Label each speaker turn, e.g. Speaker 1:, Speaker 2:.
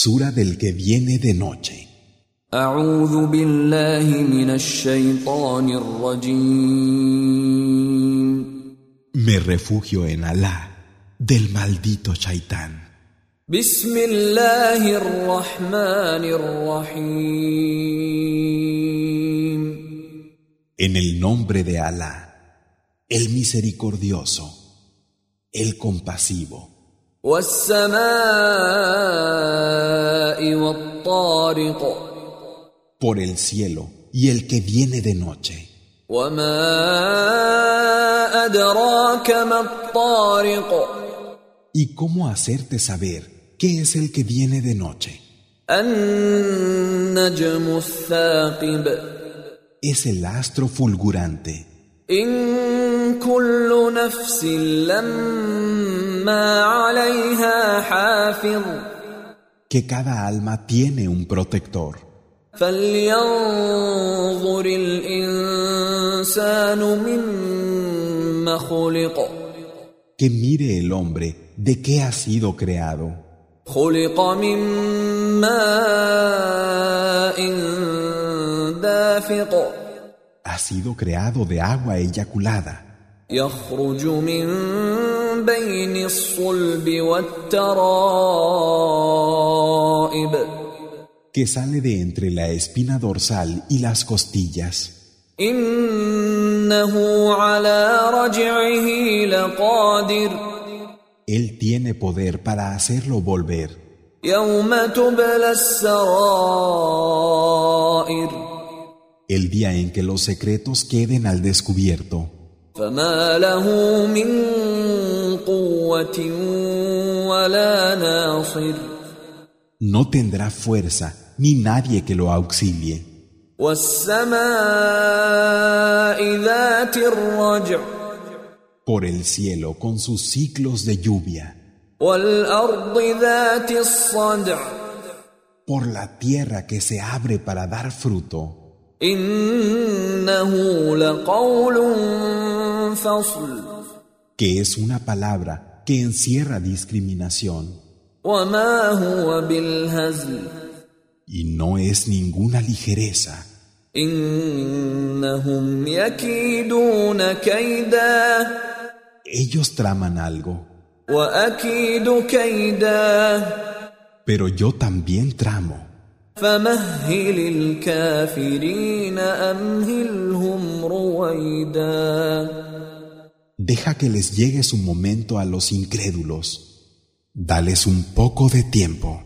Speaker 1: Sura del que viene de noche.
Speaker 2: أعوذ بالله من الشيطان الرجيم
Speaker 1: Me refugio en Alá, del maldito Shaitán.
Speaker 2: بسم الله الرحمن الرحيم
Speaker 1: En el nombre de Alá, el misericordioso, el compasivo,
Speaker 2: والسماء والطارق
Speaker 1: por el cielo y el que viene de noche.
Speaker 2: وما أدراك ما الطارق
Speaker 1: ¿Y cómo hacerte saber qué es el que viene de noche?
Speaker 2: النجم الثاقب
Speaker 1: Es el astro fulgurante.
Speaker 2: إن كل نفس لما عليها حافظ
Speaker 1: que cada alma tiene un protector.
Speaker 2: فلينظر الإنسان مما خلق
Speaker 1: Que mire el hombre de qué ha sido creado.
Speaker 2: خلق من ماء دافق
Speaker 1: Ha sido creado de agua eyaculada,
Speaker 2: يخرج من بين الصلب والترائب
Speaker 1: que sale de entre la espina dorsal y las costillas.
Speaker 2: إنه على رجعه لقادر
Speaker 1: Él tiene poder para hacerlo volver
Speaker 2: يوم تبلى السرائر
Speaker 1: el día en que los secretos queden al descubierto.
Speaker 2: فما له من قوة ولا ناصر
Speaker 1: No tendrá fuerza ni nadie que lo auxilie.
Speaker 2: والسماء ذات الرجع
Speaker 1: Por el cielo con sus ciclos de lluvia,
Speaker 2: والأرض ذات الصدع
Speaker 1: por la tierra que se abre para dar fruto.
Speaker 2: إنه لقول فصل
Speaker 1: que es una palabra que encierra discriminación
Speaker 2: وما هو بالهزل
Speaker 1: y no es ninguna ligereza,
Speaker 2: إنهم يكيدون كيدا
Speaker 1: ellos traman algo,
Speaker 2: وأكيد كيدا
Speaker 1: pero yo también tramo.
Speaker 2: فمهل الكافرين أمهلهم رويدا
Speaker 1: Deja que les llegue su momento a los incrédulos, dales un poco de tiempo.